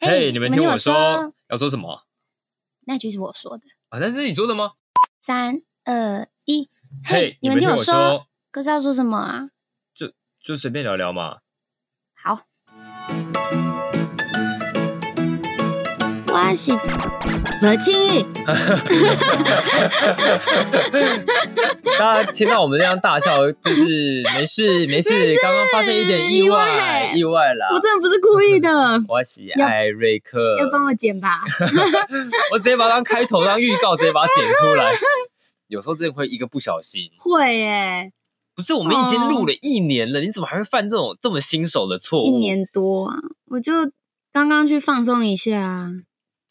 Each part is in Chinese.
嘿、嘿你们我听我我说，要说什么那句是我说的。啊？那是你说的吗？三二一，嘿，你们听我说，，可是要说什么啊？就随便聊聊嘛。好，我是何清玉，大家听到我们这样大 笑，就是没事没事，刚刚发生一点意外，意意外啦。我真的不是故意的，我喜爱瑞克，要帮我剪吧？ 我直接把它当开头当预告，直接把它剪出来。有时候真的会一个不小心，会耶，不是我们已经哦录了一年了，你怎么还会犯这种这么新手的错误？一年多啊，我就刚刚去放松一下啊。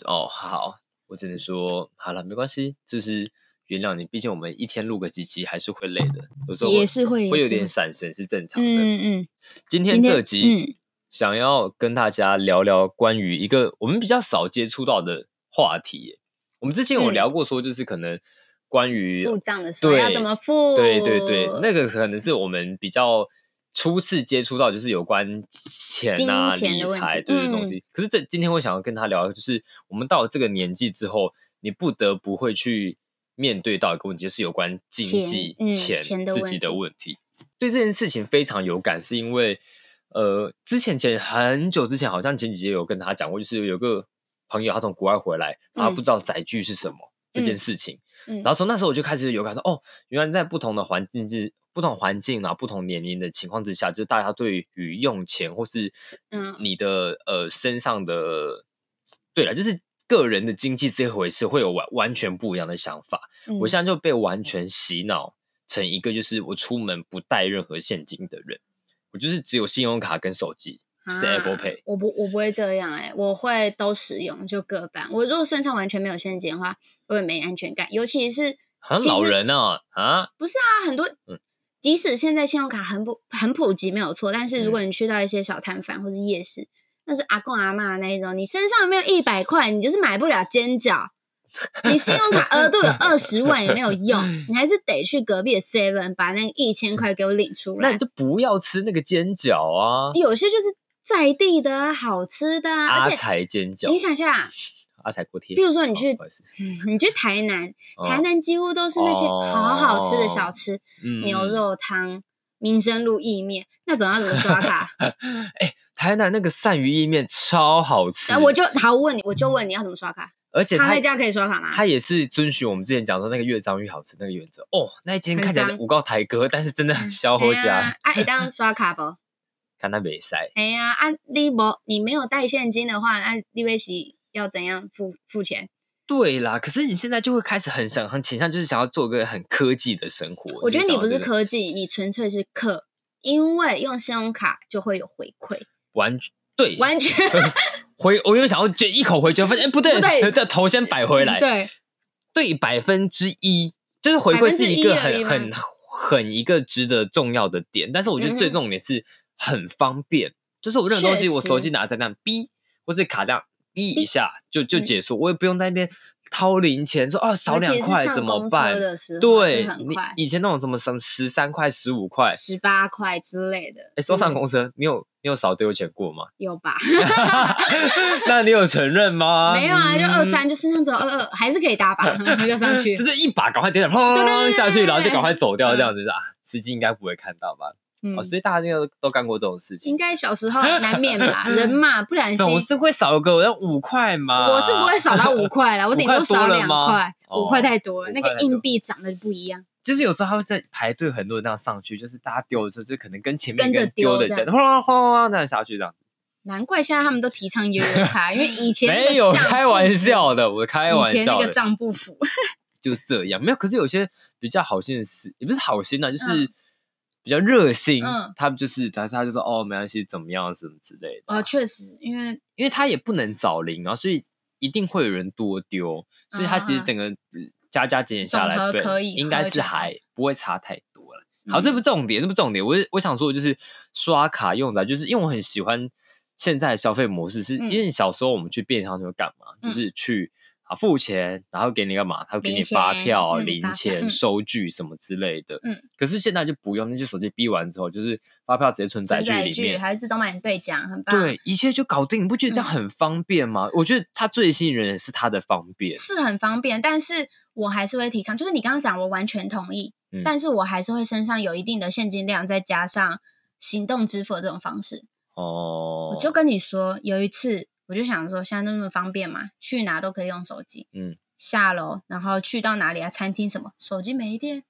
哦，好，我只能说好了，没关系，就是原谅你，毕竟我们一天录个几期还是会累的，有时候我也是会会有也是点会闪神是正常的。嗯嗯，今今天天这集、嗯想要跟大家聊聊关于一个我们比较少接触到的话题耶。我们之前有嗯聊过，说就是可能关于、付账的时候啊对要怎么付？对对对，那个可能是我们比较初次接触到，就是有关钱啊、金钱理的问题嗯财对这东西。可是这今天我想要跟他聊，就是我们到了这个年纪之后，你不得不会去面对到一个问题，就是有关经济钱嗯钱,、钱的自问己的题问题。对这件事情非常有感，是因为呃，之前前很久之前，好像前几集有跟他讲过，就是有个朋友他从国外回来，他嗯不知道载具是什么、这件嗯事情。嗯然后从那时候我就开始有感说，哦，原来在不同的环境之、不同环境啊、不同年龄的情况之下，就大家对于用钱或是嗯你的呃身上的，对了，就是个人的经济这回事，会有完完全不一样的想法。嗯我现在就被完全洗脑成一个，就是我出门不带任何现金的人，我就是只有信用卡跟手机，就是 Apple 啊 Pay。我不我不会这样哎、我会都使用，就各半。我如果身上完全没有现金的话，我也没安全感，尤其是好其像老实人啊啊，不是啊，很多嗯即使现在信用卡很普很普及没有错，但是如嗯果你去到一些小摊贩或是夜市，那是阿公阿嬷那一种，你身上没有一百块，你就是买不了 煎饺。你信用卡额度有二十万也没有 用，你还是得去隔壁的 Seven 把那一千块给我领出来。那你就不要吃那个煎饺啊，有些就是在地的啊好吃的啊，阿而且财煎饺。你想一下，阿财锅贴。比如说你哦去不好意思你去台南，哦台南几乎都是那些好好吃的小吃，嗯牛肉汤、民生路意面，那种要怎么刷卡？台南那个鳝鱼意面超好吃，然后我就好我问你，我就问你要怎么刷卡？而且他它那家可以刷卡吗？它也是遵循我们之前讲说那个越脏越好吃那个原则哦。那一间很看起来脏五告台哥，但是真的很消火哎呀家，啊，一当刷卡不？ 看它没塞。哎呀，啊，你不你没有带现金的话，啊，你威喜要怎样付付钱？对啦，可是你现在就会开始很想很倾向，就是想要做个很科技的生活。我觉得就你想要不是这个科技，你纯粹是氪，因为用信用卡就会有回馈，完对完全 回，我又想要就一口回绝，发现哎不对不，对，这头先摆回来 对，对百分之一，就是回馈是一个1%而已很吗很很一个值得重要的点。但是我觉得最嗯哼重点是很方便，就是我任何东西确实我手机拿在那哔，或是卡这样哔一下就就嗯结束，我也不用在那边掏零钱说哦少尤两其是块上怎么公车办？的时候对就很你快，以前那种什么什么十三块十五块，十八块之类的。哎，说上嗯公车，你有你有少丢钱过吗？ 有吧？那你有承认吗？ 没有啊，就二嗯三，就身上只有二二，还是可以打吧， 就上去 就。是一把赶快丢掉，砰对对对对下去，然后就赶快走掉，嗯这样子是啊，司机应该不会看到吧？嗯哦，，所以大家应该都干过这种事情应，该小时候难免 吧，人嘛，不然心。总是会少个要五块嘛。我是不会，少到五块啦，我顶五块少多了两吗块，哦五块太多了，五那块个太多硬币长得不一样。就是有时候他会在排队，很多人那样上去，就是大家丢的时候，就可能跟前面跟着跟丢的丢这这样，哗啦哗啦哗啦这样下去，这样子难怪现在他们都提倡悠悠卡，因为以前那个没有账开不玩符，笑的，我开玩以前那笑个的，账不符，就这样。没有，可是有些比较好心的事，也不是好心啊，就是嗯比较热心嗯，他们就是他他就说哦，没关系，怎么样，什么之类的啊。哦，确实，因为因为他也不能找零啊，所以一定会有人多丢，所以他其实嗯嗯整个呃加加减减下来，总和对，可以应该喝是就好还不会差太多了。好，嗯这不重点，这不重点。我是我想说，的就是刷卡用的，啊就是因为我很喜欢现在的消费模式，是嗯因为小时候我们去便利商店会干嘛？嗯就是去。啊，付钱，然后给你干嘛？他会给你发票、零钱嗯零发票钱、嗯收据什么之类的。嗯，可是现在就不用，那些手机逼完之后，就是发票直接存载存具在里句面，还会自动帮你兑奖，很棒。，对，一切就搞定。你不觉嗯得这样很方便吗？我觉得它最吸引人的是它的方便。是很方便，但是我还是会提倡，就是你刚刚讲，我完全同意，嗯但是我还是会身上有一定的现金量，再加上行动支付的这种方式。哦，我就跟你说，有一次我就想说，现在都那么方便嘛，去哪都可以用手机，嗯，下楼然后去到哪里啊，餐厅什么，手机没电，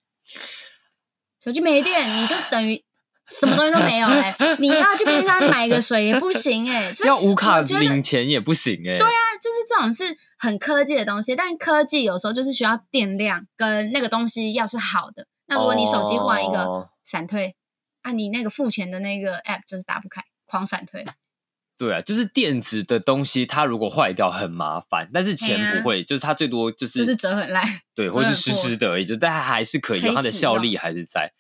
手机没电，你就 等于。什么东西都没有哎、你要去冰箱买个水也不行哎、所以要无卡我觉得领钱也不行哎、对啊，就是这种是很科技的东西，但科技有时候就是需要电量，跟那个东西要是好的，那如果你手机换一个哦闪退，啊，你那个付钱的那个 app 就是打不开，狂闪退。对啊，就是电子的东西，它如果坏掉很麻烦，但是钱不会，就是它最多就是啊就是折很烂，对，折或是很实破时的而已，就但它还是可以可以用，它的使效用力还是在。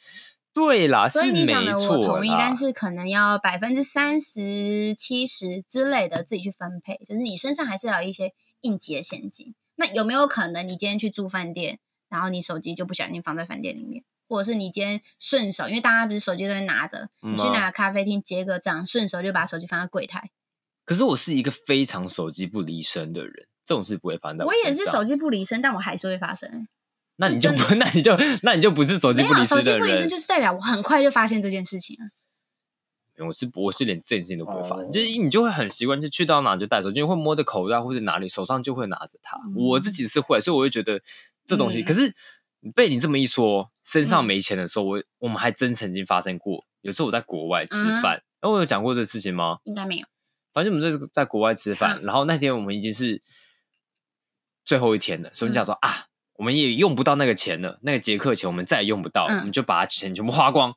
对啦，所以啊是你讲没的错我同意，啦但是可能要百分之三十、七十之类的自己去分配，就是你身上还是要有一些应急的现金。那有没有可能你今天去住饭店，然后你手机就不小心放在饭店里面，或者是你今天顺手，因为大家不是手机都会拿着，嗯你去啊哪个咖啡厅结个账，顺手就把手机放在柜台。可是我是一个非常手机不离身的人，这种事不会发生在我也是身上手，机不离身，但我还是会发生。那你就就真不，那 你就那你就不是手机没不离有手身机的不离身，人。就是代表我很快就发现这件事情啊。我是我是连这件事情都不会发生，哦就是你就会很习惯，就去到哪就带手机，会摸着口袋或者哪里，手上就会拿着它。嗯我自己是会，所以我会觉得这东西。嗯可是被你这么一说，身上嗯没钱的时候，我我们还真曾经发生过。有次我在国外吃嗯饭，哎、我有讲过这事情吗？应该没有，反正我们在在国外吃 饭，嗯然后那天我们已经是最后一天了，所以我们嗯想说、啊，我们也用不到那个钱了，那个捷克钱我们再也用不到，嗯我们就把钱全部花 光，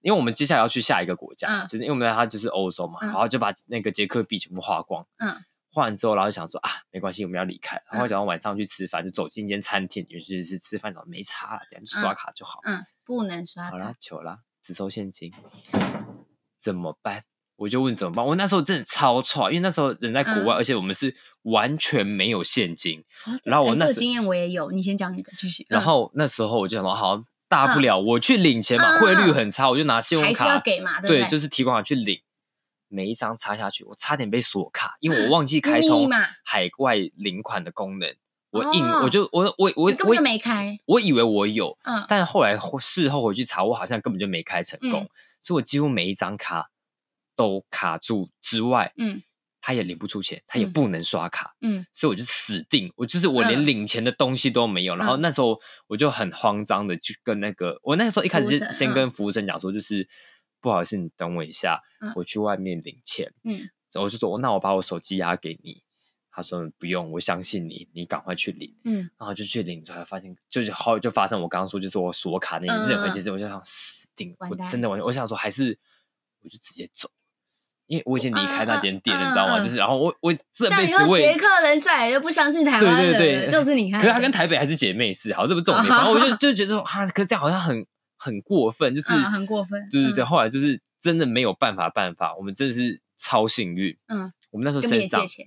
因为我们接下来要去下一个国家，嗯就是因为我们它就是欧洲嘛，嗯然后就把那个捷克币全部花光，嗯，花完之后，然后就想说啊，没关系，我们要离开，然后想到晚上去吃饭，就走进一间餐厅，尤其是吃饭，然后没差了，等一下就刷卡就好，嗯，不能刷好卡啦，。求啦，只收现金，怎么办？我就问怎么办？我那时候真的超错，因为那时候人在国外，而且我们是完全没有现金。嗯啊然后我哎那时这个经验我也有，你先讲你的，继续。然嗯后那时候我就想说，好，大不了我去领钱嘛，嗯汇率很差，我就拿信用还是要卡，给嘛，对，不就是是提款卡去领。每一张插下去，我差点被锁卡，因为我忘记开啊密通码海外领款的功能。我硬，哦我就我我我你根我本就没开，我以为我有，嗯，但后来回事后回去查，我好像根本就没开成功，嗯所以我几乎每一张卡都卡住之外，嗯，他也领不出钱，他也嗯不能刷卡，嗯，所以我就死定，我就是我连嗯领钱的东西都没有。然后嗯那时候我就很慌张的去跟那个，我那时候一开始服务就生先嗯跟服务生讲说，就是、不好意思，你等我一下，嗯我去外面领钱。嗯，然后我就说，那我把我手机押给你。他说不用，我相信你，你赶快去领。嗯，然后就去领出来，发现就是后就发生我刚刚说，就是我锁卡那嗯任何嗯嗯件事，我就想死定了，完我蛋真的完全，我想说还是我就直接走，因为我已经离开嗯那嗯间店了，嗯你知道吗？嗯就是然后我我这像辈以子后我也捷克人再也就不相信台对湾人对了，对，就是你看可的，是他跟台北还是姐妹市，好，这不是重点，反正我就 就觉得说哈，可是这样好像很很过分，就是嗯很过分对对对，嗯后来就是真的没有办法办法，我们真的是超幸运，嗯，我们那时候跟身别人上借钱，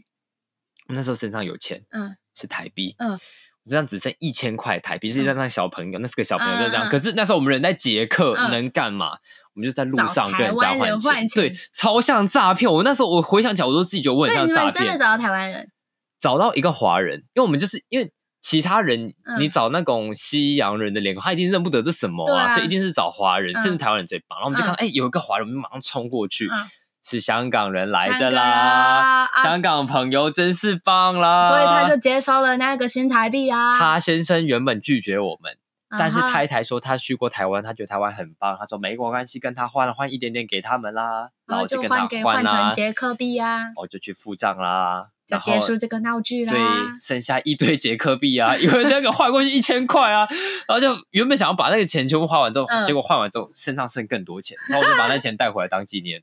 我们那时候身上有钱，嗯，是台币，嗯我身上只剩一千块台币，是一嗯张张小朋友，那是个小朋友在这样。嗯嗯可是那时候我们人在捷克，嗯能干嘛？我们就在路找上跟人家台湾人钱，换钱对，超像诈骗。我那时候我回想起来，我都自己觉得我所很以像你诈们真的骗。找到台湾人，找到一个华人，因为我们就是因为其他人，嗯你找那种西洋人的脸孔，他一定认不得这什么对啊，啊所以一定是找华人，嗯甚至台湾人最棒。然后我们就看，嗯哎、有一个华人，我们马上冲过去，嗯是香港人来着香港啦啊，啊香港朋友真是棒啦，所以他就接收了那个新台币啊，他先生原本拒绝我们，但是嗯哼太太说她去过台湾，她觉得台湾很棒，她说没关系，跟他换了换一点点给他们啦，然后后就啊就跟换他给换换啦成，捷克币啊然，后就去付账啦，就然后结束这个闹剧啦，对，剩下一堆捷克币啊，因为那个换过去一千块 啊，然后就原本想要把那个钱全部花完之后，嗯结果换完之后身上剩更多钱，然后我就把那钱带回来当纪念，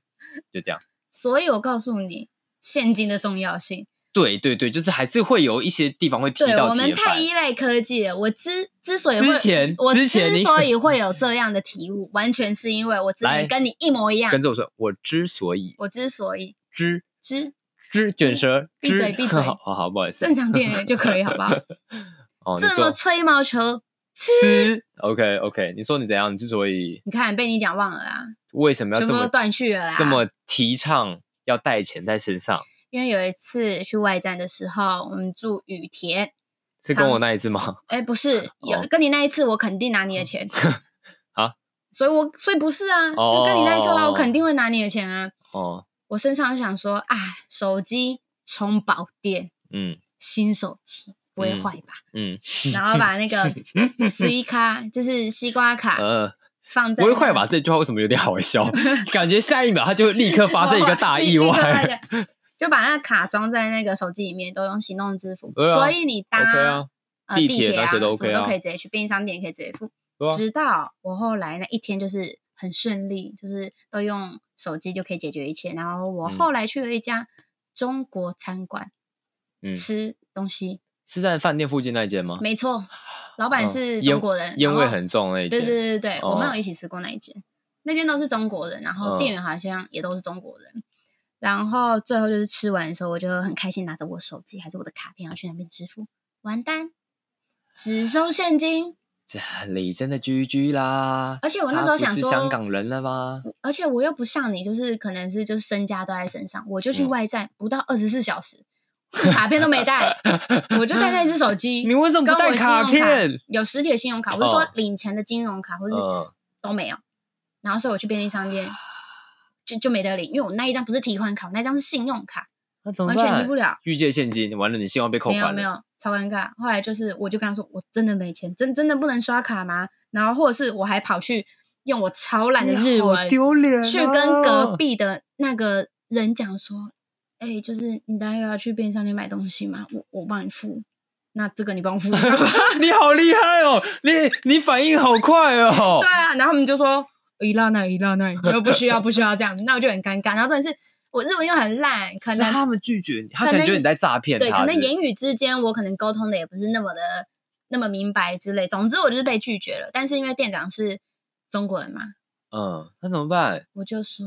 就这样。所以我告诉你。现金的重要性，对对对，就是还是会有一些地方会提对到我铁们太板。啊依赖科技了。我之之所以会之前我之前之你所以会有这样的体悟，完全是因为我之来前跟你一模一样跟。着我说，我之所以我之所以之之之卷舌，闭之嘴闭嘴好好好，不好意思，正常点就可以，好不好？ 哦，你这么说吹毛求疵，吃，OK OK，你说你怎样？你之所以你看被你讲忘了啦，为什么要全这部都么断续了啊啦。这么提倡要带钱在身上？因为有一次去外站的时候，我们住羽田，是跟我那一次吗？哎，不是有哦跟你那一次，我肯定拿你 的钱啊，所以我所以不是啊，哦因为跟你那一次的话，我肯定会拿你的钱啊。哦，我身上就想说啊，手机充饱电，嗯新手机不会坏吧？嗯 然后把那个西卡，就是西瓜卡呃， 放在不会坏吧？这句话为什么有点好 笑？感觉下一秒他就会立刻发生一个大意立立刻那外。 个就把那个卡装在那个手机里面，都用行动支付，对啊所以你搭 OK 啊，呃地地铁铁那啊些都 OK 什么啊都可以直接去便利商店，可以直接付。对啊直到我后来那一天就是很顺利，就是都用手机就可以解决一切。然后我嗯后来去了一家中国餐馆、嗯，吃东西，是在饭店附近那一间吗？没错，老板嗯是烟中国人，烟然后味很重那一对间。对对对，我们哦有一起吃过那一间，那间都是中国人，然嗯后店员好像也都是中国人。然后最后就是吃完的时候，我就很开心，拿着我手机还是我的卡片，要去那边支付，完单，只收现金。这里真的居居啦。而且我那时候想他说，不是香港人了 吗？而且我又不像你，就是可能是就是身家都在身上，我就去嗯外站，不到二十四小时，什么卡片都没带，我就带那只手机。你为什么不带跟我信用卡片？有实体的信用卡，我是说哦领钱的金融卡，或是嗯都没有。然后所以我去便利商店就就没得领，因为我那一张不是提款卡，我那一张是信用卡，那怎么完全办提不？了。预借现金，完了你信用被扣没款了。有没有，超尴尬。后来就是我就跟他说，我真的没钱，真真的不能刷卡吗？然后或者是我还跑去用我超烂的日文哎丢脸、啊去跟哦隔。壁的那个人讲说，哎、就是你待会要去便利商店买东西吗？我我帮你付，那这个你帮我付一下吧。 你 好厉害哦！你你反应好快哦对！啊，然后他们就说一拉那一拉那，又不需要不需要这样，那我就很尴尬。然后重点是我日文又很烂，可是他能们拒绝你，他可可能能觉得你在诈骗对，他。可能是不是言语之间我可能沟通的也不是那么的那么明白之类。总之我就是被拒绝了。但是因为店长是中国人嘛，嗯，那怎么办？我就说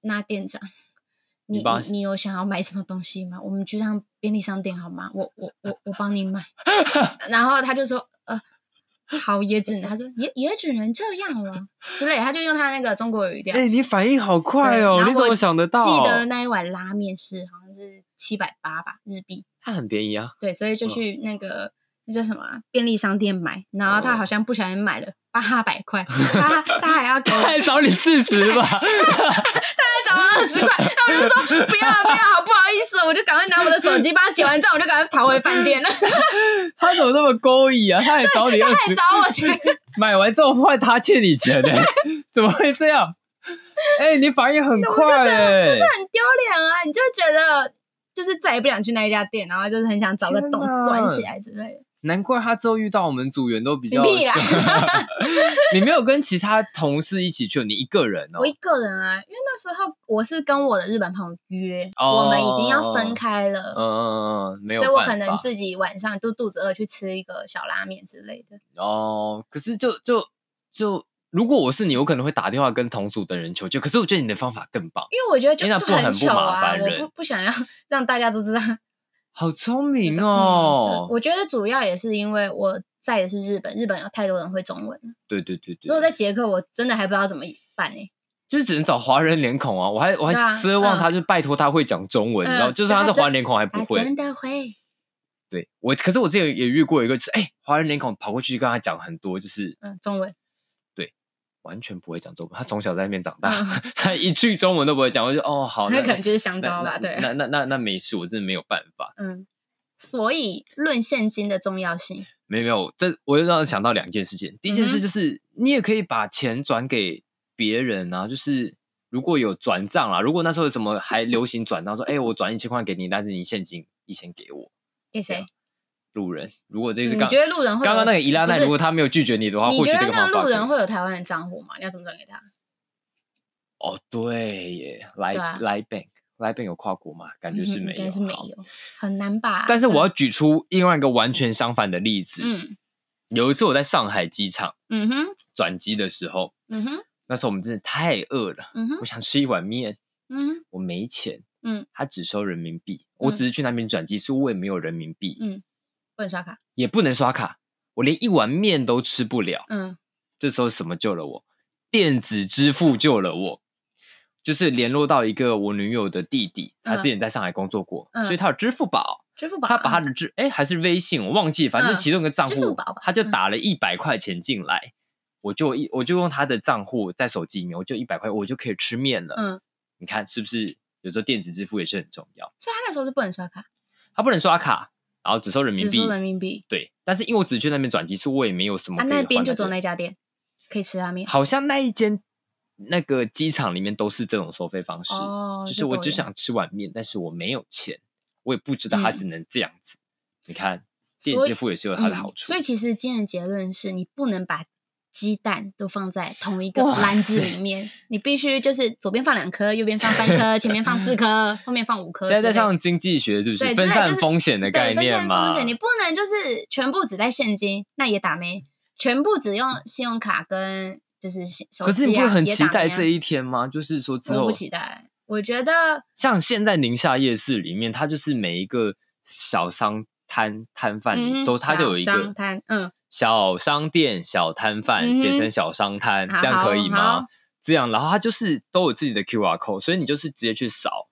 那店长。你你帮你你有想要买什么东西吗？我们去趟便利商店好吗？我我我我帮 你买。然后他就说，呃，好，也只能他说也也只能这样了之类的，他就用他那个中国语调。哎，你反应好快对哦！然后你怎么我想得到？记 得那一碗拉面是好像是七百八吧日币，它很便宜啊。对，所以就去那个、那叫什么啊、便利商店买，然后哦他好像不小心买了八百块，他他 还要给我他还找你四十吧？ 找了二十块，然后我就说不要不要，好不好意思哦，我就赶快拿我的手机帮他结完账，我就赶快逃回 饭店了，他怎么那么勾引啊？他还找你二 他还十找我钱， 买完之后换他欠你钱 呢、怎么会这样？哎、你反应很 快哎、很丢脸啊！你就觉得就是再也不想去那一家店，然后就是很想找个洞天哪钻起来之类的。难怪他之后遇到我们组员都比较你屁啦 你没有跟其他同事一起去，你一个人哦我。一个人啊，因为那时候我是跟我的日本朋友约，哦我们已经要分开了。嗯嗯嗯嗯，没有所办以法。我可能自己晚上就肚子饿去吃一个小拉面之类的。哦，可是就就就，如果我是你，我可能会打电话跟同组的人求救。可是我觉得你的方法更棒，因为我觉得就因哎为那就不很不糗麻啊烦，我人不不想要让大家都知道。好聪明嗯哦就！我觉得主要也是因为我在的是日本，日本有太多人会中文。对对对如果对，在捷克，我真的还不知道怎么办呢、欸就是只能找华人脸孔啊！我还我还对啊奢望嗯他就拜托他会讲中文，你知道，嗯就算他就是他华人真脸孔还不他会，啊真的会，对我，可是我之前也遇过一个，就是哎，华、人脸孔跑过去跟他讲很多，就是嗯，中文。完全不会讲中文。他从小在那边长大，嗯他一句中文都不会讲，我就哦好，那啊那可能就是香那蕉那吧，对，那那那那没事，我真的没有办法。嗯。所以论现金的重要性，没有没有，这我就让人想到两件事情。第一件事嗯哼就是，你也可以把钱转给别人啊，就是如果有转账啦，如果那时候怎么还流行转账，说哎、我转一千块给你，但是你现金一千给我，给谁？嗯路人。如果这你是刚觉得路人会有？刚刚那个伊拉不奈，是如果他没有拒绝你的话，你或许觉这得个那方个法路可以人会有台湾的账户吗？你要怎么转给他？哦，对耶，来对啊来 bank 来 bank 有跨国吗？感觉是嗯没应有，该是没好。有，很难吧？但是我对啊要举出另外一个完全相反的例子。嗯有一次我在上海机场嗯哼转机的时候，嗯哼那时候我们真的太饿了，嗯哼我想吃一碗面，嗯哼我没钱，嗯，他只收人民币，我只是去那边转机，所以我也没有人民币，嗯不能刷卡。也不能刷卡，我连一碗面都吃不了。嗯，这时候什么救了我？电子支付救了我，就是联络到一个我女友的弟弟，他嗯之前在上海工作过，嗯所以他有支付宝，支付宝，啊他把他的支哎还是微信，我忘记，反正嗯其中一个账支付户宝吧，他就嗯打了一百块钱进来，我就一我就用他的账户在手机里面，我就一百块，我就可以吃面了。嗯，你看是不是？有时候电子支付也是很重要，所以他那时候是不能刷卡，他不能刷卡，然后只收人民只币收。人民币。对，但是因为我只去那边转机，所以我也没有什么啊，可以那换边就的走那家店，可以吃拉面。好像那一间那个机场里面都是这种收费方式，哦，就是我都只有想吃碗面，但是我没有钱，我也不知道它嗯只能这样子。你看，所以电子支付也是有它的嗯好处。所以其实今天的结论是你不能把鸡蛋都放在同一个哇篮子塞里面，你必须就是左边放两颗，右边放三颗，前面放 四颗，后面放五颗之现类在的。在上经济学，是不是对分真的就散是风险的概对分念散嘛风？险，你不能就是全部只带现金，那也打没；全部只用信用卡跟就是信手可是你机不会啊，很也期打待没啊这一天吗？就是说之我后不，期待，我觉得像现在宁夏夜市里面，它就是每一个小商摊摊贩里嗯啊都它就有一小商个摊嗯小商店、小摊贩，嗯哼简称小商摊，好这样可以吗好？这样，然后它就是都有自己的 QR code，所以你就是直接去扫，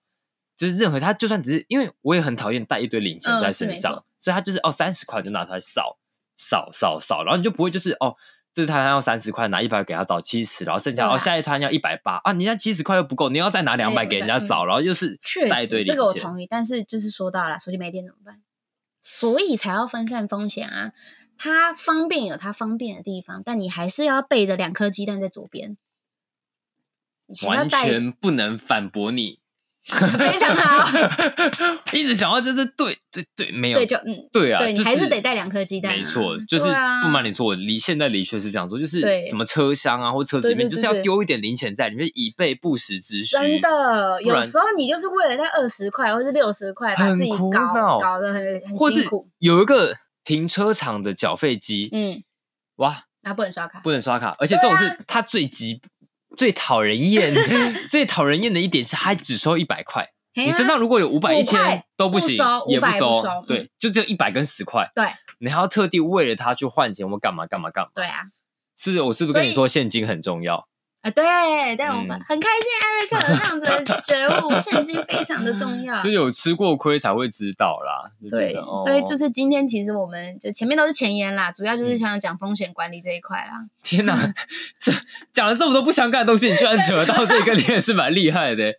就是任何它就算只是因为我也很讨厌带一堆零钱嗯在是身没上，错所以它就是哦三十块就拿出来扫扫扫扫，然后你就不会就是哦。这摊要三十块，拿一百给他找七十，然后剩下、对啊哦下一摊要一百八啊，你那七十块又不够，你要再拿两百对给人家对找，然后又是确带一堆零实这钱。个我同意，但是就是说到了手机没电怎么办？所以才要分散风险啊。它方便有它方便的地方，但你还是要备着两颗鸡蛋在左边，你还是要完带全不能反驳你， 非常好。一直想要就是对对对，没有对，就嗯，对啊，对就你还是得带两颗鸡蛋啊没错，就是对啊不瞒你说，我离现在的确是这样做，就是对什么车厢啊或车子里面，对对对就是要丢一点零钱在里面，就是以备不时之需。真的，不然有时候你就是为了那二十块或是六十块，把很自己苦搞恼搞得很很或辛是苦。有一个停车场的缴费机，嗯，哇，那不能刷卡。不能刷卡，而且这对啊种是它最急、最讨人厌、 最讨人厌的一点是，它只收一百块。你你身上如果有五百、一500千都不行不收，也500收不收，嗯对，就只有一百跟十块，对你还要特地为了它去换钱或干嘛干嘛干嘛。对啊，是我是不是跟你所说现金很重要？啊对，但我嗯们很开心，艾瑞克有这样子的觉悟，现金非常的重 要就。有吃过亏才会知道啦。就觉对，得所以就哦、嗯是今天其实我们就前面都是前言啦，主要就是想讲风险管理这一块啦。天哪，这讲了这么多不相干的东西，你居 然扯到这个，你也是蛮厉害的。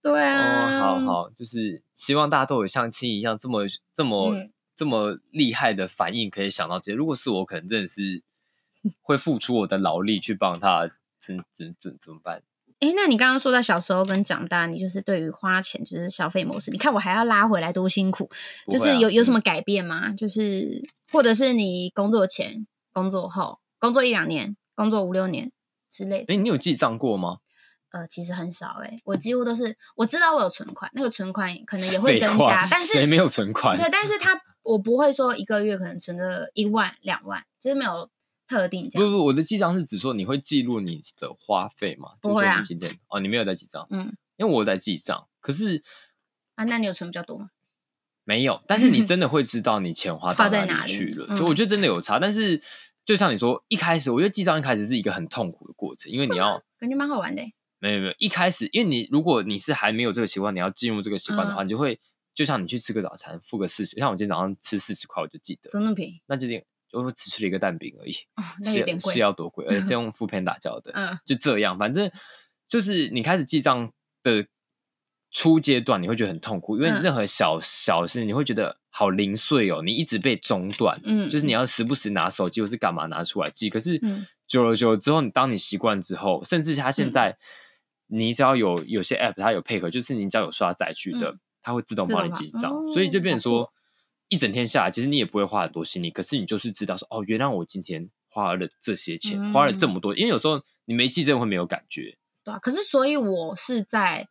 对哦，啊，好好，就是希望大家都有像青一样这么这么、嗯这么厉害的反应，可以想到这些。如果是我，可能真的是会付出我的劳力去帮他，怎怎怎怎么办？哎，那你刚刚说到小时候跟长大，你就是对于花钱就是消费模式，你看我还要拉回来多辛苦，不就会啊是有有嗯什么改变吗？就是或者是你工作前、工作后、工作一两年、工作五六年之类的，哎、你有记账过吗？呃，其实很少哎、我几乎都是我知道我有存款，那个存款可能也会废增话加，但是 谁 没有存款？对，但是它我不会说一个月可能存个一万两万，就是没有特定这不样。不，我的记账是指说你会记录你的花费嘛？不会就是啊说你今天哦，你没有在记账，嗯，因为我有在记账，可是啊，那你有存比较多吗？没有。但 是你真的会知道你钱花到花在哪哪里去了，嗯就我觉得真的有差。但是就像你说，一开始我觉得记账一开始是一个很痛苦的过程，因为你要感觉蛮好玩的欸、没有没有一开始，因为你如果你是还没有这个习惯，你要进入这个习惯的话，嗯你就会就像你去吃个早餐，付个四十，像我今天早上吃四十块，我就记得，怎么那么便宜？那就就只吃了一个蛋饼而已，哦，那有点是贵是。要多贵，而 且是用副片打交的，嗯就这样，反正就是你开始记账的初阶段，你会觉得很痛苦，因为嗯任何小小事，你会觉得好零碎哦，你一直被中断，嗯，就是你要时不时拿手机或是干嘛拿出来记。可是嗯久了久了之后，你当你习惯之后，甚至它现在、你只要有有些 app 它有配合，就是你只要有刷载具的，嗯它会自动自帮动你帮记哦账，所以就变成好酷说。一整天下来，其实你也不会花很多心力，可是你就是知道说，哦，原来我今天花了这些钱，花了这嗯么多，因为有时候你没记，真的会没有感觉。对啊，可是所以我是在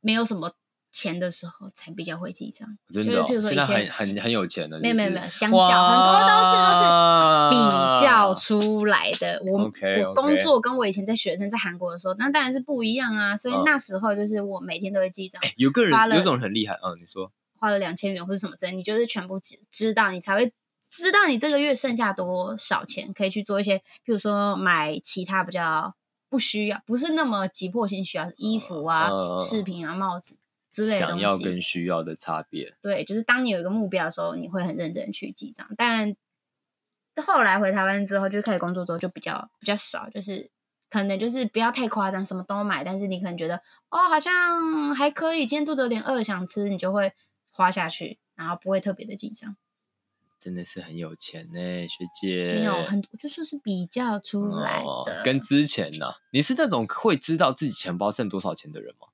没有什么钱的时候才比较会记账，真就是的、哦譬如，现说以在前很很很有钱的，没有没有没有，有，相较很多东西都是比较出来的。我 OK，我 OK 工作跟我以前在学生在韩国的时候，那当然是不一样啊。所以嗯那时候就是我每天都会记账，哎有个人花了有种人很厉害，嗯，你说花了两千元或者什么之类，你就是全部知知道，你才会知道你这个月剩下多少钱，可以去做一些，譬如说买其他比较不需要，不是那么急迫性需要衣服啊、嗯饰品啊、帽子之类的想要东西。跟需要的差别，对，就是当你有一个目标的时候，你会很认真去记账。但后来回台湾之后，就开始工作之后就比较比较少，就是可能就是不要太夸张，什么都买，但是你可能觉得哦，好像还可以，今天肚子有点饿，想吃，你就会花下去，然后不会特别的记账。真的是很有钱呢、学姐。没有很，我就说是比较出来哦的，跟之前呢、你是那种会知道自己钱包剩多少钱的人吗？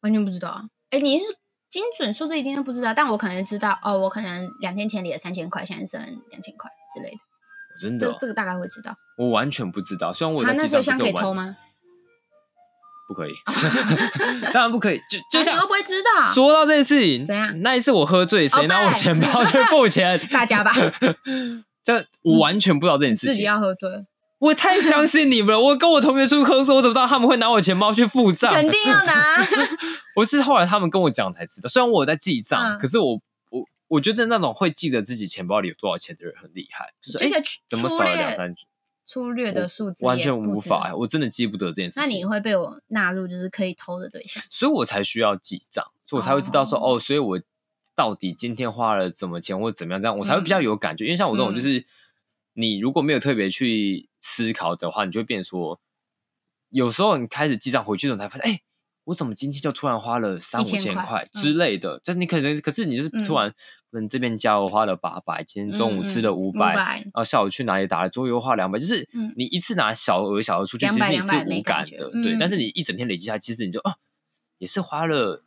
完全不知道啊。哎，你是精准数字一定都不知道，但我可能知道哦，我可能两天前里的三千块，现在剩两千块之类的，我真的这哦、这个大概会知道。我完全不知道。虽然我有他在那记时候账香可可是以我完偷吗？不可以， 当然不可以。 就就啊像哦你又不会知道，说到这件事情，怎样那一次我喝醉，谁哦拿我对钱包去付钱？ 大家吧， 这我完全不知道这件事自己情。要喝醉，我太相信你们了。我跟我同学出去喝，说我怎么知道他们会拿我钱包去付账？肯定 要拿。我是后来他们跟我讲才知道。虽然我有在记账，嗯可是我我我觉得那种会记得自己钱包里有多少钱的人很厉害，就是这哎、个怎么粗少了两三略句，粗略的数字完也全不无知法、欸道我真的记不得这件事情。那你会被我纳入就是可以偷的对象。所以我才需要记账，所以我才会知道说哦所以我到底今天花了怎么钱或者怎么样，这样我才会比较有感觉。因为像我这种，嗯就是、你如果没有特别去思考的话，你就会变成说，有时候你开始记账回去的时候，才发现，哎、我怎么今天就突然花了三五1000千块嗯块之类的？但你可能，可是你就是突然，可能这边加油花了八百，今天中午吃了五五百、然呃后下午去哪里打了桌游花两百，就是嗯你一次拿小额小额出去， 200其实你是200没无感感觉的，对。嗯但是你一整天累积下来，其实你就啊，也是花了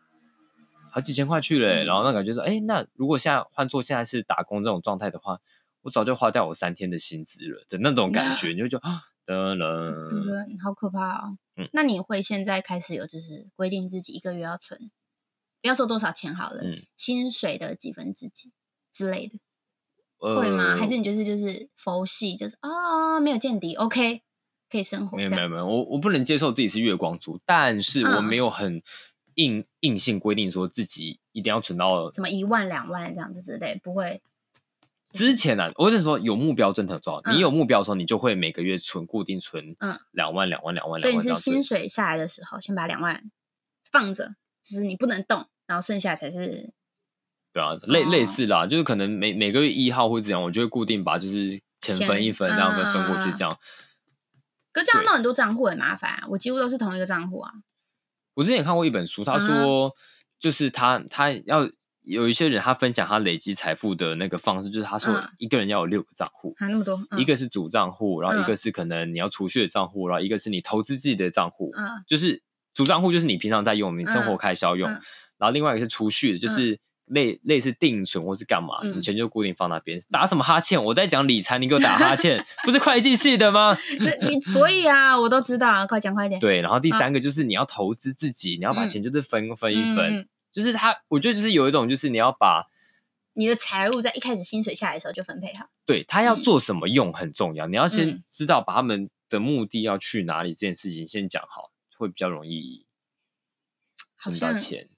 好几千块去了欸、嗯然后那感觉说，哎，那如果现在换做现在是打工这种状态的话，我早就花掉我三天的薪资了的那种感觉，你就觉得啊，噔我觉噔，得你好可怕哦嗯。那你会现在开始有就是规定自己一个月要存，不要说多少钱好了嗯，薪水的几分之几之类的，呃会吗？还是你就是就是佛系，就是哦没有见底，OK 可以生活没这有呃没样。有没有，我我不能接受自己是月光族，但是我嗯没有很硬、硬性规定说自己一定要存到什么一万两万这样子之类，不会之前啊，我跟你说，有目标真的很重要。嗯你有目标的时候，你就会每个月存固定存，嗯两万、两万、两万、所两以万你这是样薪子。水下来的时候，先把两万放着，就是你不能动，然后剩下才是对啊，类哦类似啦，就是可能每每个月一号或怎样，我就会固定把就是钱钱分一分，这样分分过去，嗯这样。可这样弄很多账户很麻烦、啊，我几乎都是同一个账户啊。我之前也看过一本书，嗯他说就是他他要有一些人他分享他累积财富的那个方式，就是他说嗯一个人要有六个账户，还那么多，嗯、一个是主账户，然后一嗯个是可能你要储蓄的账户，然后一个是你投资自己的账户，嗯就是主账户就是你平常在用，你生活开销用，嗯然后另外一个是储蓄的，就是类、类似定存或是干嘛，嗯你钱就固定放那边。打什么哈欠？我在讲理财，你给我打哈欠，不是会计系的吗？ 这你所以啊，我都知道啊，快讲快一点。对，然后嗯第三个就是你要投资自己，你要把钱就是分分一分，嗯嗯就是他，我觉得就是有一种就是你要把。你的财务在一开始薪水下来的时候就分配好。对他要嗯做什么用很重要，你要先嗯知道把他们的目的要去哪里这件事情先讲好，会比较容易好存到像钱。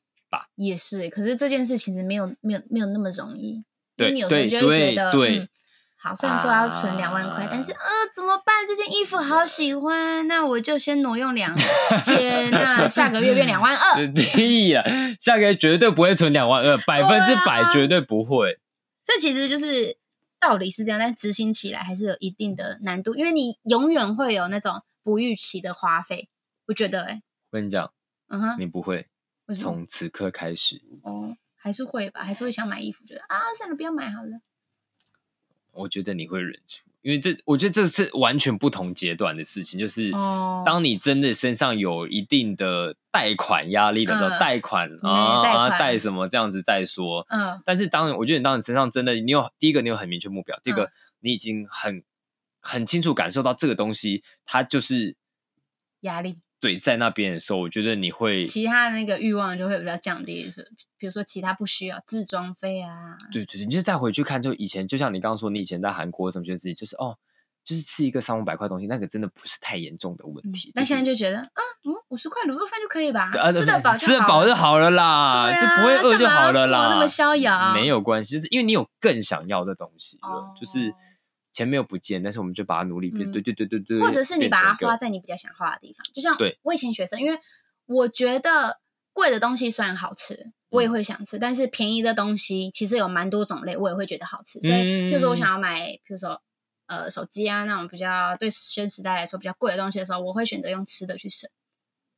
也是欸、可是这件事其实没有没有没有那么容易，因对为你有时候对就会觉得，对对嗯，好，虽然说要存两万块，但是呃怎么办？这件衣服好喜欢，那我就先挪用两 千，那下个月变两万 二，这屁呀！下个月绝对不会存两万二，百分之啊百绝对不会。这其实就是道理是这样，但执行起来还是有一定的难度，因为你永远会有那种不预期的花费，我觉得、欸，哎，我跟你讲，嗯哼，你不会。为什么从此刻开始，哦还是会吧，还是会想买衣服，觉得啊算了，不要买好了，我觉得你会忍住，因为这我觉得这是完全不同阶段的事情，就是哦当你真的身上有一定的贷款压力的时候，嗯贷款嗯啊贷啊款贷什么这样子再说，嗯但是当然，我觉得你当你身上真的，你有第一个你有很明确目标，第一个、嗯你已经很很清楚感受到这个东西，它就是压力，对在那边的时候，我觉得你会其他的那个欲望就会比较降低，比如说其他不需要自装费啊，对对，对你就再回去看，就以前就像你刚刚说，你以前在韩国什么觉得自己就是哦，就是吃一个三五百块东西，那个真的不是太严重的问嗯题。那就是现在就觉得，啊，嗯，五十块卤肉饭就可以吧，啊对吃得饱就吃得饱就好了啦，对啊就不会饿就好了干嘛啦。嗯过那么逍遥没有关系，就是因为你有更想要的东西了，哦就是钱没有不见，但是我们就把它努力变，嗯对对对对对，或者是你变成把一个它花在你比较想花的地方，就像对我以前学生，因为我觉得贵的东西虽然好吃，我嗯也会想吃，但是便宜的东西其实有蛮多种类，我也会觉得好吃。所以，嗯比如说我想要买，比如说呃手机啊那种比较对学生时代来说比较贵的东西的时候，我会选择用吃的去省，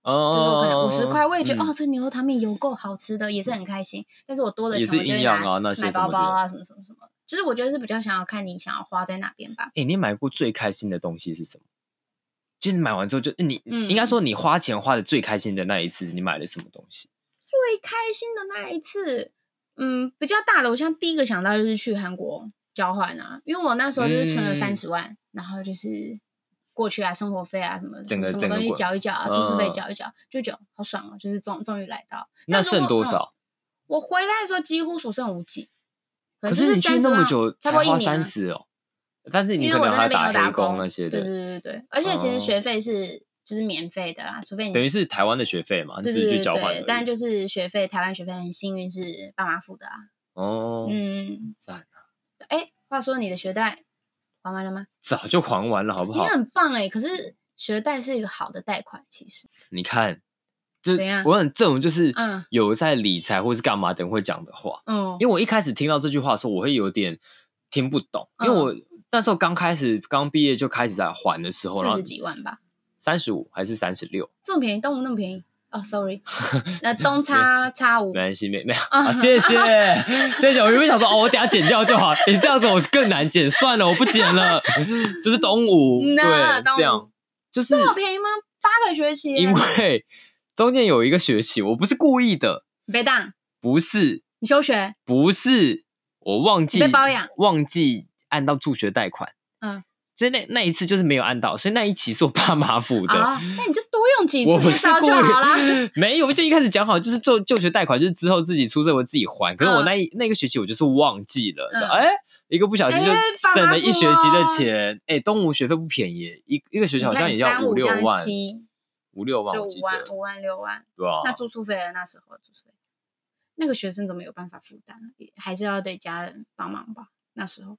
哦，就是我可能五十块，我也觉得、嗯哦这牛肉汤面有够好吃的，也是很开心。但是我多的也钱是我就营会养拿啊那些买什么包之包啊什么什么什么，就是我觉得是比较想要看你想要花在哪边吧。哎、你买过最开心的东西是什么？就是买完之后就你、嗯应该说你花钱花的最开心的那一次，你买了什么东西？最开心的那一次，嗯，比较大的，我像第一个想到就是去韩国交换啊，因为我那时候就是存了嗯三十万，然后就是过去啊，生活费啊什么，整个什整么什个么东西过缴一缴啊，住宿费嗯缴一缴，就觉得好爽哦，就是终终于来到。那但如果嗯剩多少？我回来的时候几乎所剩无几，可可能就是你去那30么万久差才不多一花年三啊。十哦，但是你因可为我能在还那要边有打打黑工那些的，对对对对，而且其哦实学费是就是免费的啦，除非你等于是台湾的学费嘛，你对只对是去对交换而对已。，但就是学费，台湾学费很幸运是爸妈付的啊，哦，嗯，赞、哎，话说你的学贷还完了吗？早就还完了，好不你好？很棒哎，可是学贷是一个好的贷款，其实你看，这怎样我想这种就是嗯有在理财或是干嘛等会讲的话，哦，因为我一开始听到这句话的时候，我会有点听不懂，因嗯为我那时候刚开始刚毕业就开始在还的时候，然嗯后四十几万吧，三十五还是三十六，这么便宜，东吴那么便宜哦，sorry，那 东差差五没，关系， 没没有啊，谢谢谢谢。我原本想说哦，我等下剪掉就好，你这样子我更难剪，算了，我不剪了， 就是东吴那对东吴这样，就是这么便宜吗？八个学期耶，因为中间有一个学期，我不是故意的，你被当，不是你休学，不是，我忘记你被包养，忘记按到助学贷款，嗯，所以那那一次就是没有按到，所以那一期是我爸妈付的。啊，那你就多用 几我次不这是招故就好 啦。意，没有，就一开始讲好，就是做就学贷款，就是之后自己出社会自己还。可是我那一、那个学期我就是忘记了，就嗯哎、一个不小心就哎省了爸妈付一学期的钱。哎、东吴学费不便宜，一一个学期好像也要三五五六加万，七，五六万就我记五万得，五万六万，对啊，那住宿费呢那时候的住宿费，那个学生怎么有办法负担啊？也还是要得家人帮忙吧。那时候，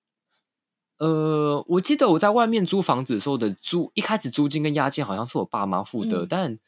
呃，我记得我在外面租房子的时候的租，一开始租金跟押金好像是我爸妈付的，嗯但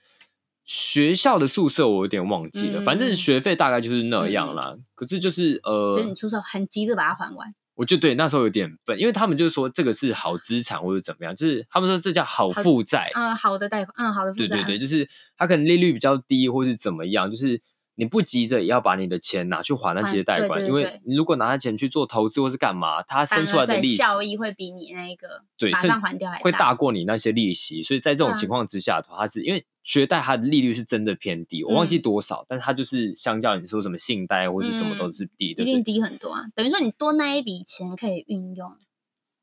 学校的宿舍我有点忘记了，反正嗯学费大概就是那样啦。可是就是呃，就是你出手很急着把它还完，我就对那时候有点笨，因为他们就说这个是好资产或者怎么样，就是他们说这叫好负债，嗯、好的贷款，嗯，好的负呃对债对啊，对，就是它可能利率比较低，或是怎么样，就是你不急着也要把你的钱拿去还那还些贷对款，对因为对你如果拿他钱去做投资或是干嘛，它反生出而来的在利息效益会比你那一个对马甚上还掉还会大。大过你那些利息，所以在这种对啊情况之下的话，它是因为学贷它的利率是真的偏低，我忘记嗯多少，但是它就是相较你说什么信贷或是什么都是低的，一所以定低很多啊，等于说你多那一笔钱可以运用，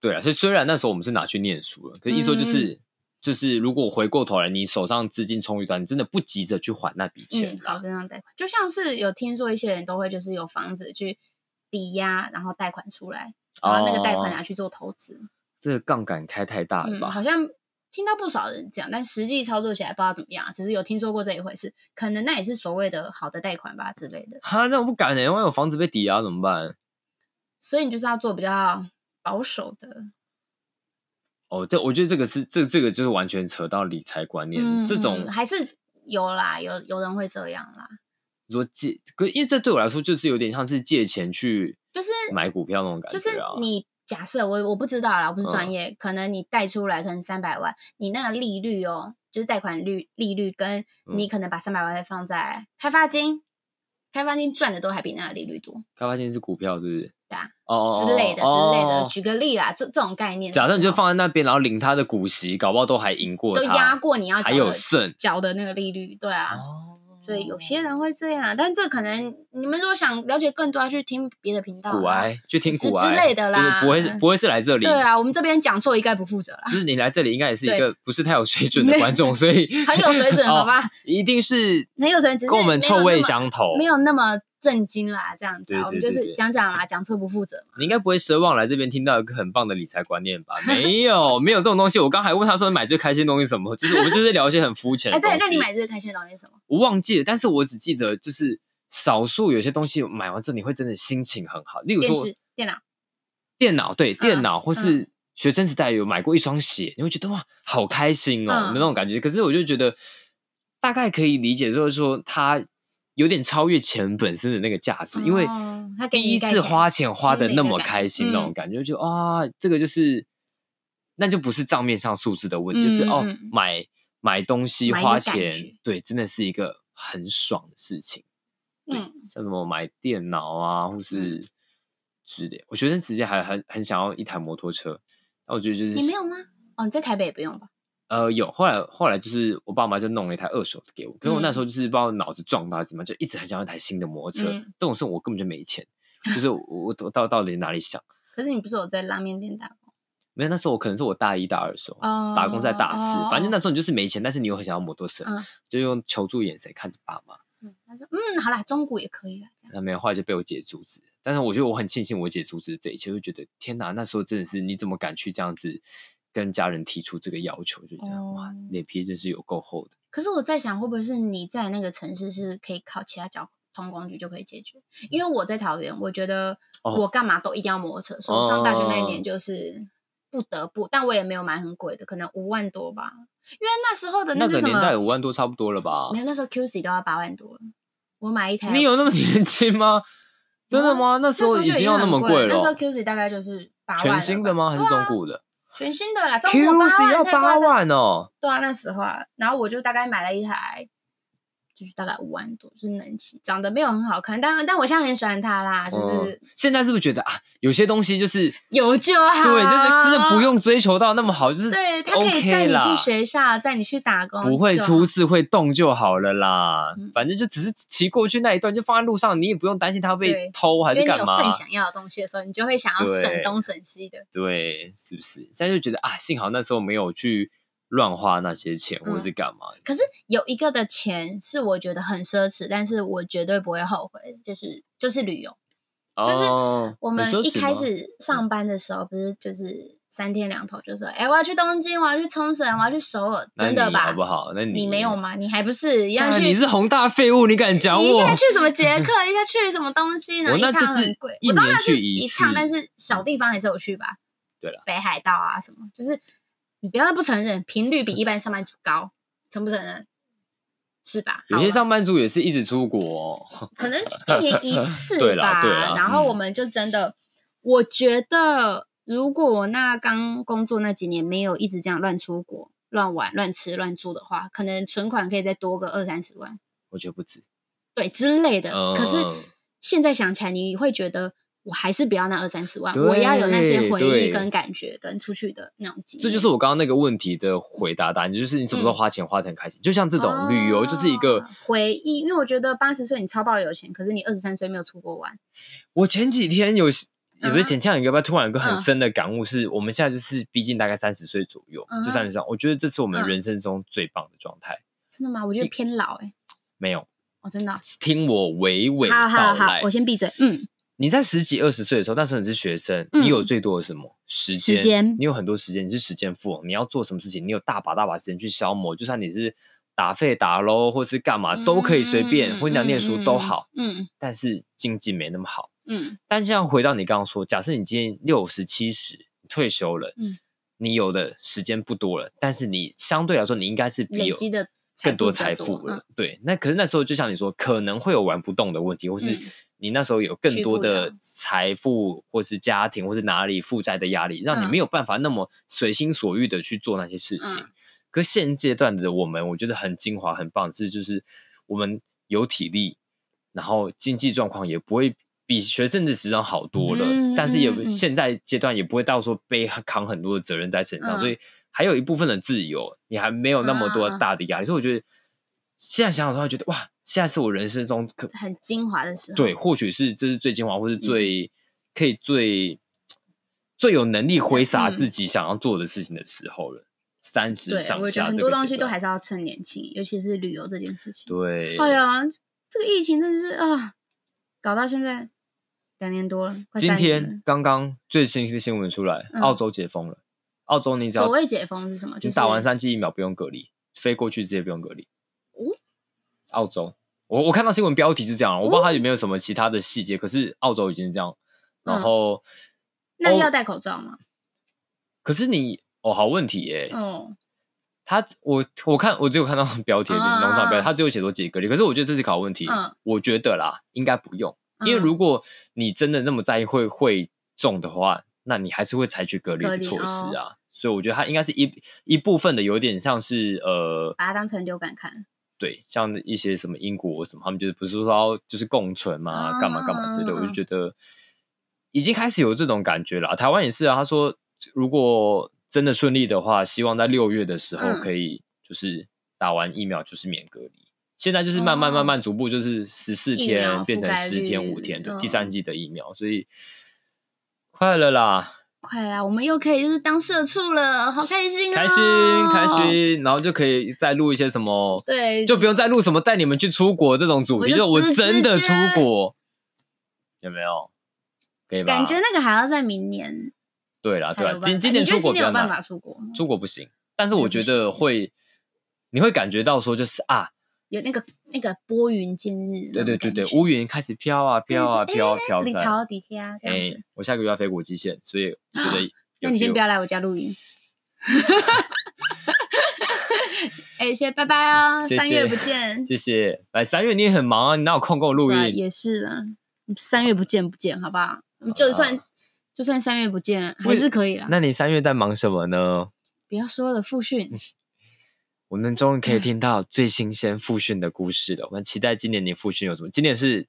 对啊，所以虽然那时候我们是拿去念书了，可是一说嗯就是、就是，如果回过头来，你手上资金充裕的话，你真的不急着去还那笔钱嗯，好啦。的那种贷款，就像是有听说一些人都会就是有房子去抵押，然后贷款出来，然后那个贷款拿哦、去做投资，这个杠杆开太大了嗯，吧？好像听到不少人讲，但实际操作起来不知道怎么样，啊只是有听说过这一回事，可能那也是所谓的好的贷款吧之类的。哈，那我不敢呢、欸万一我房子被抵押怎么办？所以你就是要做比较保守的，嗯哦，这我觉得这个是这这个就是完全扯到理财观念，嗯，这种嗯还是有啦，有有人会这样啦，你说借，可因为这对我来说就是有点像是借钱去就是买股票那种感觉就是啊。你假设我我不知道啦，我不是专嗯业，可能你贷出来可能三百万，你那个利率哦，就是贷款率利率跟你嗯可能把三百万放在开发金，开发金赚的都还比那个利率多。开发金是股票是不是？对啊，哦之类的哦之类哦的。哦举个例啦，这这种概念的时候，假设你就放在那边，然后领他的股息，搞不好都还赢过都他，压过你要还缴有的剩缴的那个利率，对啊，哦，所所以有些人会这样，但这可能你们如果想了解更多，要去听别的频道啊。古癌去听之古癌之类的啦嗯就是不会是不会是来这里，对啊，我们这边讲错一概不负责 啦，就是你来这里应该也是一个不是太有水准的观众，所以很有水准，哦好吧？一定是很有水准，只是跟我们没有臭味那么相投。没有那么震惊啦，这样子啊，哦对对我们就对是对讲讲啦，讲错不负责嘛。你应该不会奢望来这边听到一个很棒的理财观念吧？没有，没有这种东西。我刚还问他说你买最开心的东西是什么，就是我们就是聊一些很肤浅哎，的东对西。，那你买这个开心的东西是什么？我忘记了，但是我只记得就是少数有些东西买完之后你会真的心情很好，例如电说视、电脑，电脑，对电嗯脑或是学生时代有买过一双鞋，你会觉得哇好开心哦、嗯那种感觉。可是我就觉得大概可以理解，就是说它有点超越钱本身的那个价值，因为哦它给你第一概次念花钱花的心那灵么的感开心觉那种嗯感觉，就啊这个就是那就不是账面上数字的问题，就是嗯哦嗯嗯买买东西买一个花感钱觉，对，真的是一个很爽的事情。对嗯，像什么买电脑啊，或是之类。我学生时期还很很想要一台摩托车，但我觉得就是你没有吗？哦，你在台北也不用吧？呃有，后来后来就是我爸妈就弄了一台二手的给我，可是我那时候就是不知道脑子撞到还是怎么样，就一直很想要一台新的摩托车。嗯这种事我根本就没钱，就是我我我到到底哪里想？可是你不是有在拉面店打工？没有，那时候我可能是我大一大二的时候，哦打工在大四，哦反正那时候你就是没钱，但是你又很想要摩托车，嗯就用求助眼神看着爸妈。嗯，他说嗯，好啦，中古也可以啦，这样。那没有，后来就被我姐阻止。但是我觉得我很庆幸我姐阻止这一切，就觉得天哪，那时候真的是你怎么敢去这样子跟家人提出这个要求？就这样、哇哦，脸皮真是有够厚的。可是我在想，会不会是你在那个城市是可以靠其他交通工具就可以解决？因为我在桃园，我觉得哦我干嘛都一定要摩托车，所以我上大学那一年就是不得不，但我也没有买很贵的，可能五万多吧。因为那时候的那个个什年代么，五万多差不多了吧没？有那时候 QC 都要八万多了，我买一台，你有那么年轻吗？真的吗？那那时候就已经要那很么贵了那时候哦。 QC 大概就是八万了吧，啊全新的吗？还是中古的全新的啦，中国八万？QC 要太夸八张万哦，对啊，那时候啊，然后我就大概买了一台，就是大概五万多，就是能骑，长得没有很好看，但但我现在很喜欢它啦，就是嗯现在是不是觉得啊，有些东西就是有就好，对，真的真的不，用追求到那么好，就是对，它可以 OK 载你啦去学校，载你去打工，不会哦就好出事会动就好了啦嗯。反正就只是骑过去那一段，就放在路上，你也不用担心它被对偷还因是为你干有嘛。更想要的东西的时候，你就会想要对省东省西的。对，是不是？现在就觉得啊，幸好那时候没有去乱花那些钱，嗯或是干嘛。可是有一个的钱是我觉得很奢侈，但是我绝对不会后悔的，就是就是旅游。就是哦我很们奢一侈开吗嗯始上班的时候，不是就是三天两头就说，哎、我要去东京，我要去冲绳，我要去首尔，那真的你吧？好不好？那你你没有？吗？你还不是一样干去？你是宏大废物，你敢讲你一我下？去什么捷克，一下去什么东西呢？我一那就趟很是贵，一我知道年那是去一一次趟，但是小地方还是有去吧。对啦，北海道啊什么，就是你不要不承认，频率比一般上班族高，承不承认？是吧？有好些吧上班族也是一直出国哦， 可能一年一次对啦吧。对啦然后嗯我们就真的，我觉得如果我那刚工作那几年没有一直这样乱出国、乱玩、乱吃、乱住的话，可能存款可以再多个二三十万，我觉得不止。对之类的。可是嗯现在想起来，你会觉得。我还是不要那二三十万，我要有那对些回对忆跟感觉，跟出去的那种经历。这就是我刚刚那个问题的回答答案，就是你什么时候花钱花的很开心。就像这种旅游，就是一个哦回忆。因为我觉得八十岁你超爆有钱，可是你二十三岁没有出国玩，我前几天有，也不是嗯前前两个吧，突然有一个很嗯深的感悟是，我们现在就是逼近大概三十岁左右，嗯哼就三十岁，我觉得这是我们嗯人生中最棒的状态。真的吗？我觉得偏老哎、欸，没有，哦，真的哦、听我娓娓好好道好来，我。先闭嘴。嗯，你在十几二十岁的时候，那时候你是学生，嗯你有最多的什么时间？时间你有很多时间，你是时间富翁，你要做什么事情，你有大把大把时间去消磨。就算你是打废打喽，或是干嘛，啊都可以随便，或者你想念书都好。嗯但是经济没那么好。嗯但像回到你刚刚说，假设你今天六十七十退休了，嗯你有的时间不多了，但是你相对来说，你应该是比累有积的更多财财富比较富多嗯了。对，那可是那时候就像你说，可能会有玩不动的问题，或是嗯你那时候有更多去不的了财富，或是家庭，或是哪里负债的压力，让你嗯没有办法那么随心所欲的去做那些事情。嗯可现阶段的我们，我觉得很精华、很棒，是就是我们有体力，然后经济状况也不会比学生的时候好多了，嗯但是也不嗯嗯现在阶段也不会到说背扛很多的责任在身上，嗯所以还有一部分的自由，你还没有那么多嗯嗯嗯大的压力，所以我觉得现在想想的话，觉得哇，现在是我人生中可很精华的嗯时候。对，或许是这是最精华，或是最、可以最最有能力挥洒嗯自己想要做的事情的时候了。三十对，上我觉下得这很个多阶东西都段还是要趁年轻，尤其是旅游这件事情。对，哎呀，这个疫情真是啊，搞到现在两年多了，快今三年天了刚刚最新的新闻出来，嗯澳洲解封了。澳洲你只要所谓解封是什么就你打完是三剂疫苗不用隔离，飞过去直接不用隔离。哦澳洲，我我看到新闻标题是这样，我哦不知道它有没有什么其他的细节，可是澳洲已经这样，然嗯后、哦那要戴口罩吗？可是你哦，好问题耶、哦，他我我看我只有看到 标题，啊啊啊农场标题，他只有写说解隔离，可是我觉得这是个好问题，嗯我觉得啦，应该不用。因为嗯如果你真的那么在意会会中的话，那你还是会采取隔离隔的离措施哦啊。所以我觉得它应该是一一部分的，有点像是呃，把它当成流感看。对，像一些什么英国什么，他们就是不是说要就是共存嘛，干嘛干嘛之类的，我就嗯觉得已经开始有这种感觉了。台湾也是啊，他说如果真的顺利的话，希望在六月的时候嗯可以就是打完疫苗就是免隔离。现在就是慢慢哦慢慢逐步就是十四疫苗天变覆成盖十天五率天，对，嗯第三季的疫苗，所以快了啦，快啦，我们又可以就是当社畜了，好开心哦！开心开。心，然后就可以再录一些什么。对，就不用再录什么带你们去出国这种主题，我就就我直真的直出接国，有没有？可以吧？感觉那个还要在明年对啦，才啊对啦有办，法。哎今今年你觉出得国今不年要有办拿法出国吗？出国不行，但是我觉觉得不得行会，你会感觉到说就是啊，有那个那个拨云见日那种感对觉，对对对，乌云开始飘啊飘啊对哎飘啊飘领在，头底下啊这样哎子。，啊我下个月要飞国际线，所以我觉得有那你先 feel 不要来我家录音。 哎、先拜拜哦，谢谢三月不见。谢谢。来三月你也很忙啊，你哪有空跟我录对啊，音？也是啊，三月不见不见，好不好？就算、就算三月不见，还是可以啦。那你三月在忙什么呢？不要说了，复嗯训。我们终于可以嗯听到最新鲜复训的故事了。我们期待今年你复训有什么？今年是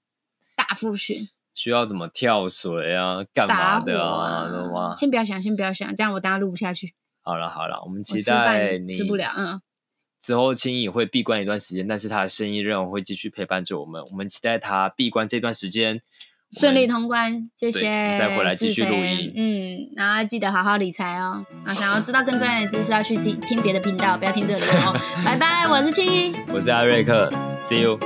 大复训，需要怎么跳水啊，干打嘛火的啊？那哇，先不要想，先不要想，这样我等下录不下去。好了好了，我们我期吃待饭你吃不了，嗯，之后青影会闭关一段时间，但是他的生意任务会继续陪伴着我们。我们期待他闭关这段时间我顺利们通关，谢谢。对再回来继续录志音飞嗯，然后记得好好理财哦。那想要知道更专业的知识，要去 听听别的频道，不要听这里哦。拜拜，我是青衣。我是艾瑞克，See you。